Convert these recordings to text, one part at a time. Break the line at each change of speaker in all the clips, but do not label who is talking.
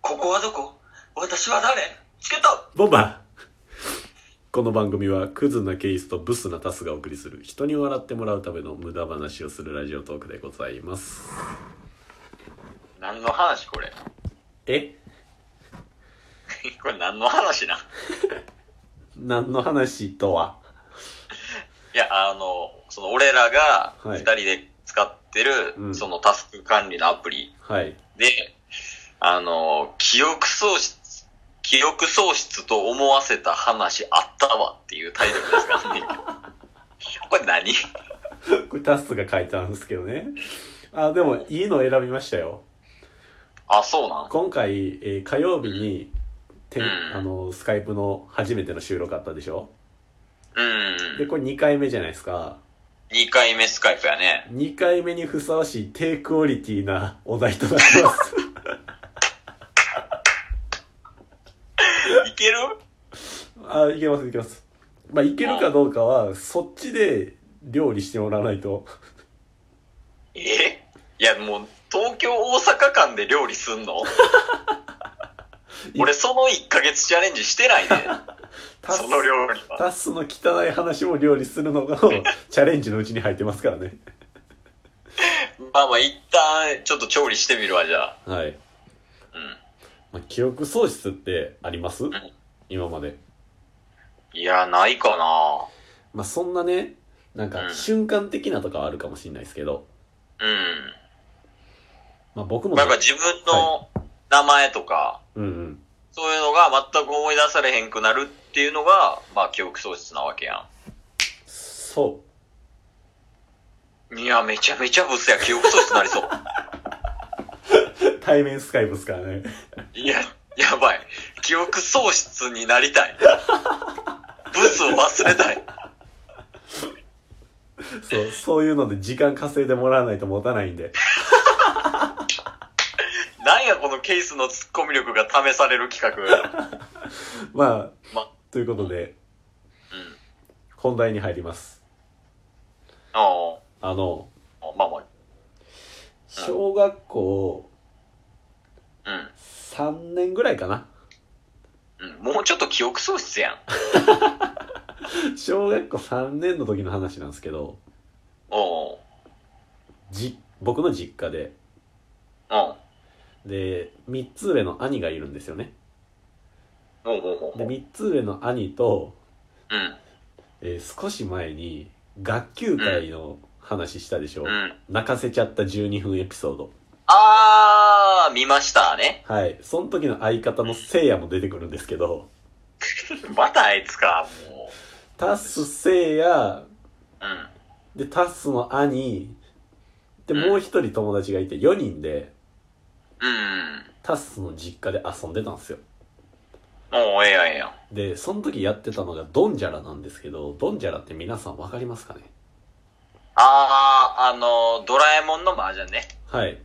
ここはどこ私は誰チケット
ボンバーこの番組はクズなケースとブスなタスがお送りする人に笑ってもらうための無駄話をするラジオトークでございます
何の話これ
え
これ何の話なん
何の話とはい
や、あの、その俺らが
はい
二人で使ってる、
うん
そのタスク管理のアプリ
はい
で、あの、記憶喪失、記憶喪失と思わせた話あったわっていうタイトルですか ね。これ何
これタスが書いたんですけどねあでもいいの選びましたよ
あ、そうなん
今回、えー火曜日にてん
うん
あのスカイプの初めての収録あったでしょ
う
で
ん。
これ2回目じゃないですか
2回目スカイプやね。
2回目にふさわしい低クオリティなお題となってます
いける
あいけますいけますまあいけるかどうかはそっちで料理してもらわない と
えいや、もう、東京大阪間で料理すんの俺、その1ヶ月チャレンジしてないね。
タス
その料理は。
タスの汚い話も料理するの がチャレンジのうちに入ってますからね
まあまあ、一旦、ちょっと調理してみるわ、じゃあ。
はい、
うん。
まあ、記憶喪失ってあります今まで
いや、ないかな
まあそんなねなんか
うん
瞬間的なとかはあるかもしれないですけど、
うん。
まあ、僕も、
まあ、やっぱ自分の名前とか、
うんうん
そういうのが全く思い出されへんくなるっていうのが、まあ、記憶喪失なわけや。
そうん
いや、めちゃめちゃブスや、記憶喪失なりそう。
対面スカイプですからね
いや、やばい。記憶喪失になりたい。ブスを忘れたい。
そうそういうので時間稼いでもらわないと持たないん で
なんやこのケースの突っ込み力が試される企画。
まあ、
ま
ということで
うん。
本題に入ります
あ
あの
あ、まあま
小学校
あ、
3年ぐらいかな
うん。うん。もうちょっと記憶喪失やん。
小学校3年の時の話なんですけど
おう
じ僕の実家で
おう
で3つ上の兄がいるんですよね
おうおうおう
で3つ上の兄と、
うん。
えー少し前に学級会の話したでしょ、
うん。
泣かせちゃった12分エピソード
あー、見ましたね。
はいその時の相方のせいやも出てくるんですけど
またあいつか、も
タッスせいや
う。うん。
でタッスの兄で
うん
もう一人友達がいて4人で
うん。
タッスの実家で遊んでたんですよ
おう、ええやんええやん。
でその時やってたのがドンジャラなんですけどドンジャラって皆さん分かりますかね
あー、あの、ドラえもんの麻雀ね。
はい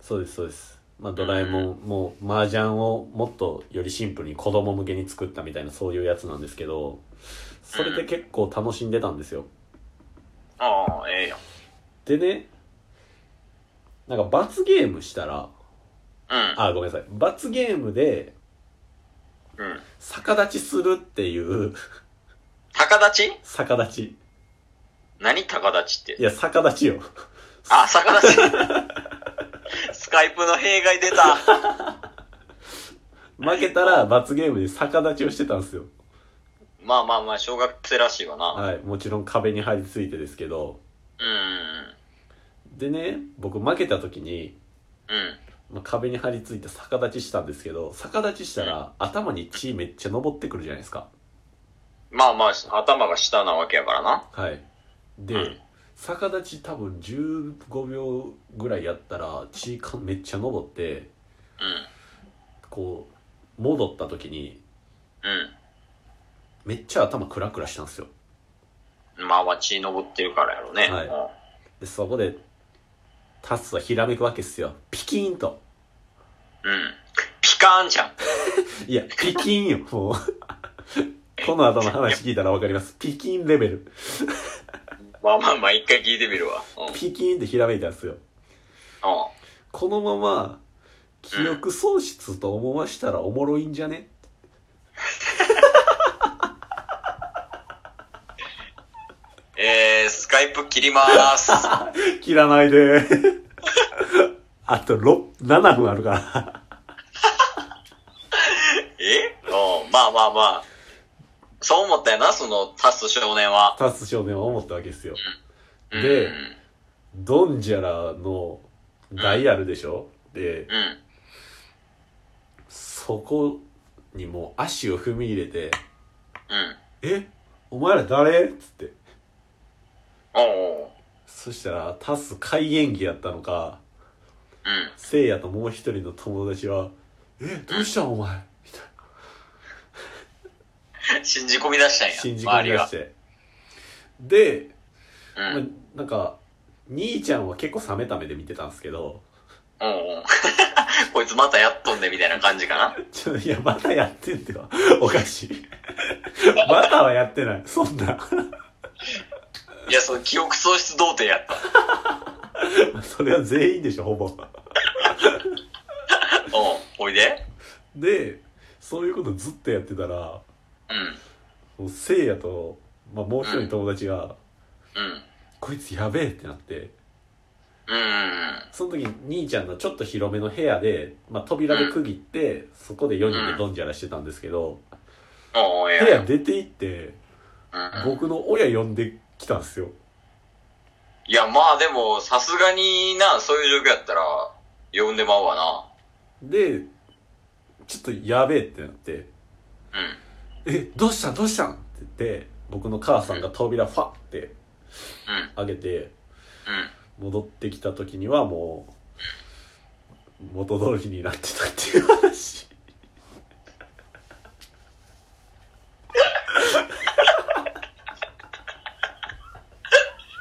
そうですそうですまあドラえもん、もう麻雀をもっとよりシンプルに子供向けに作ったみたいなそういうやつなんですけどそれで結構楽しんでたんですよ
ああ、ええやん。
でねなんか罰ゲームしたら
うん。
あごめんなさい罰ゲームで
うん。
逆立ちするっていう
高立ち
逆立ち
何高立ちって
い。や逆立ちよ
あ、逆立 ち。スカイプの弊害出た。
負けたら罰ゲームで逆立ちをしてたんですよ
まあまあまあ、小学生らしいわな。
はいもちろん壁に張り付いてですけど
うん。
でね僕負けた時に、
うん。
まあ、壁に張り付いて逆立ちしたんですけど逆立ちしたら頭に血めっちゃ上ってくるじゃないですか
まあまあ、頭が下なわけやからな。
はいで、
うん
逆立ち多分15秒ぐらいやったら血かめっちゃ上ってこう戻った時に
うん。
めっちゃ頭クラクラしたんですよ
うん。まあまあ、血登ってるからやろね。
はい
うん
でそこでタスはひらめくわけっすよピキーンと
うん。ピカーンじゃん。
いやピキーンよもう この後の話聞いたらわかりますピキーンレベル
まあまあまあ、一回聞いてみるわ。うん。うん。
ピキーンってひらめいたんですよこのまま記憶喪失と思わしたらおもろいんじゃね
えー、スカイプ切りまー す。
切らないで あと6 7分あるから
えうん、まあまあまあ。そう思ったよな、その、タス少年は。
タス少年は思ったわけですよ
うん
でドンジャラのダイヤルでしょで
うん。
そこにもう足を踏み入れて
うん。
「えお前ら誰?」っつって
おうおう。
そしたらタス開演技やったのか
うん。
せいやともう一人の友達は「えどうしたんお前」みたいな
信じ込み出したんや。
信じ込
周り
み出
が
し。てで、
う
ま
ん。
あ、なんか兄ちゃんは結構冷めた目で見てたんですけど
おうおう。 こいつまたやっとんで、みたいな感じかな。
ちょいやまたやってんっては おかしいまたはやってないそんな
いや、その記憶喪失童貞やった。
それは全員でしょほぼ
おうおいで。
でそういうことずっとやってたら
うん。
もうせいやと、まあ、もう一人友達が
うん。
「こいつやべえ」ってなって
うんうん。
その時に兄ちゃんのちょっと広めの部屋で、まあ、扉で区切って、そこで4人でドンジャラしてたんですけど、
おうおう、え
部
えや
屋
ん。
出て行って
うん
僕の親呼んできたんですよ
いや、まあでも、さすがにな、そういう状況やったら、呼んでまうわ
でちょっとやべえってなって
な。うん。
「えどうしたんどうしたん?」って言って僕の母さんが扉ファッて
うん。
開けて
うん。
戻ってきた時にはもう元通りになってたっていう話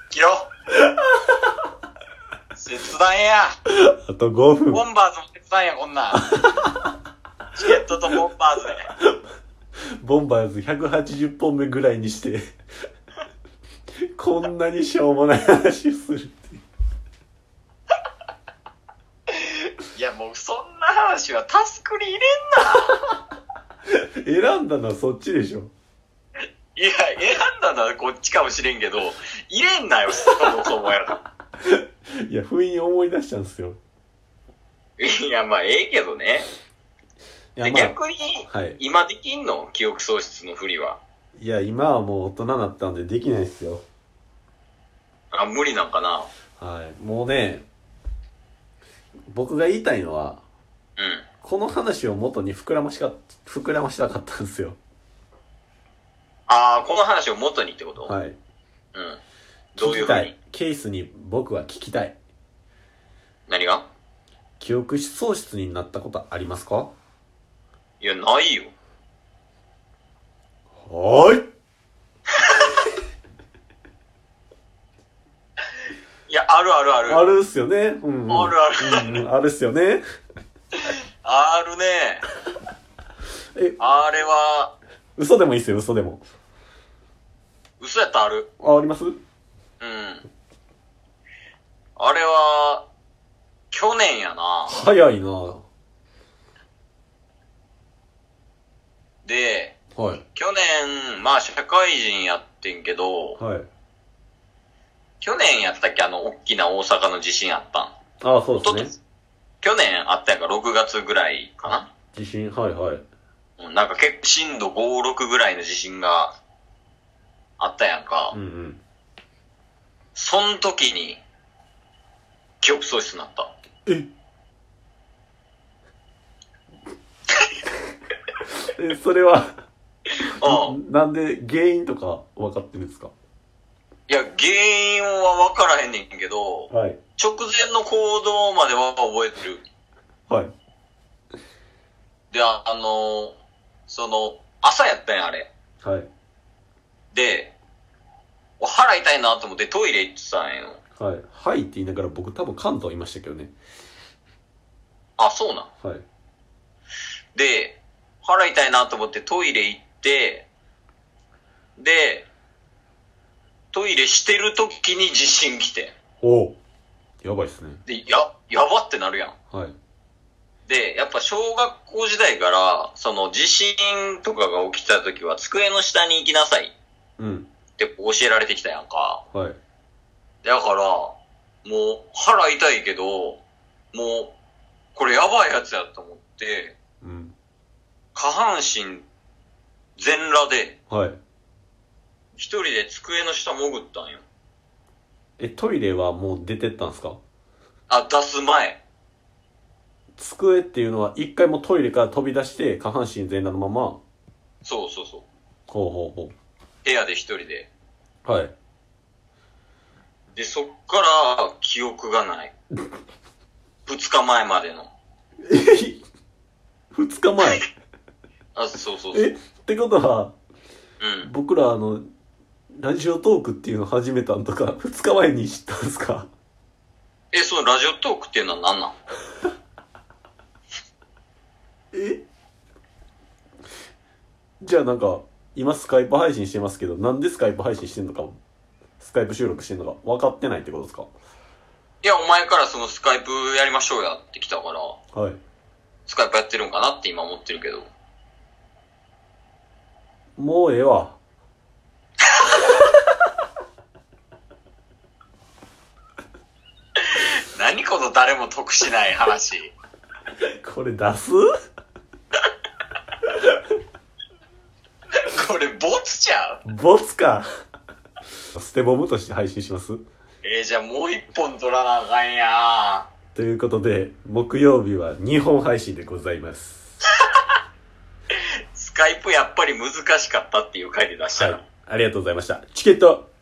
切ろ う切断や
あと5分
ボンバーズも切断やこんなんチケットとボンバーズね
ボンバーズ180本目ぐらいにしてこんなにしょうもない話をするっていう
いやもうそんな話はタスクに入れん
選んだのはそっちでしょ
ないや選んだのはこっちかもしれんけど入れんなよそもそもやら
いや不意に思い出したんですよ
いやまあええけどね
いや
で
まあ
逆に
はい
今できんの記憶喪失のふりはい
や今はもう大人だったんでできないですよ
あ無理なんかな
はいもうね僕が言いたいのは
うん
この話を元に膨らましか膨らましたかったんですよ
ああこの話を元にってこと、
はい
うんど
聞
ういうふ
きた
うに
いケースに僕は聞きたい
何が
記憶喪失になったことありますか
いやないよ
はい
いやあるあるある
あるっすよね。うん、うん。
あるある
うんうんあるっすよね。
あるね。
え、
あれは、
嘘でもいいっすよ、嘘でも。
嘘やったらある。
あ、あります
うん。あれは、去年やな。
早いなは
で、
い。はい。
去年、まあ社会人やってんけど、去年やったっけあの、大きな大阪の地震あったん。
あ、そうですね。
去年あったやんか、6月ぐらいか
地震、はいはい。
な。うんなんか結構震度5、6ぐらいの地震があったやんか。
うんうん。
その時に、記憶喪失になった。
ええ、それは、
うん。
なんで原因とか分かってるんですか
いや、原因は分からへんねんけど、
はい。
直前の行動までは覚えてる。
はい。
で、ああのーその、朝やったんや、あれ。
はい。
で、お腹痛いなと思ってトイレ行ってたんよ。
はい。はいって言いながら僕多分関東いましたけどね。
あ、そうなん。
はい。
で、腹痛いなと思ってトイレ行って、で、トイレしてる時に地震来て。
おやばいっすね。
で、や、やばってなるやん。
はい。
で、やっぱ小学校時代から、その地震とかが起きた時は机の下に行きなさい
うん
って教えられてきたやんか。
はい
だから、もう腹痛いけど、もう、これやばいやつやと思って、
うん
下半身全裸で、
はい
一人で机の下潜ったんよ。
えトイレはもう出てったんですか
あ、出す前。
机っていうのは一回もトイレから飛び出して下半身全裸のまま
そうそうそう。
ほうほうほ
部屋で一人で。
う はい
で、そっから記憶がない。二日前までの。
え2日 前
あ、そうそうそう。
えってことは
うん。
僕らあのラジオトークっていうの始めたんとか2日前に知ったんですか
え、そのラジオトークっていうのは何なん
えじゃあなんか今スカイプ配信してますけどなんでスカイプ配信してんのかスカイプ収録してんのか分かってないってことですか
いや、お前からそのスカイプやりましょうやって来たから、
はい
スカイプやってるんかなって今思ってるけど。
もうええわ
何この誰も得しない話。
これ出す
これ、ボツちゃう
ボツかステボムとして配信します
えー、じゃあもう一本取らなあかんや
ということで木曜日は2本配信でございます
スカイプやっぱり難しかったっていう回で出した
は
ら。
いありがとうございましたチケット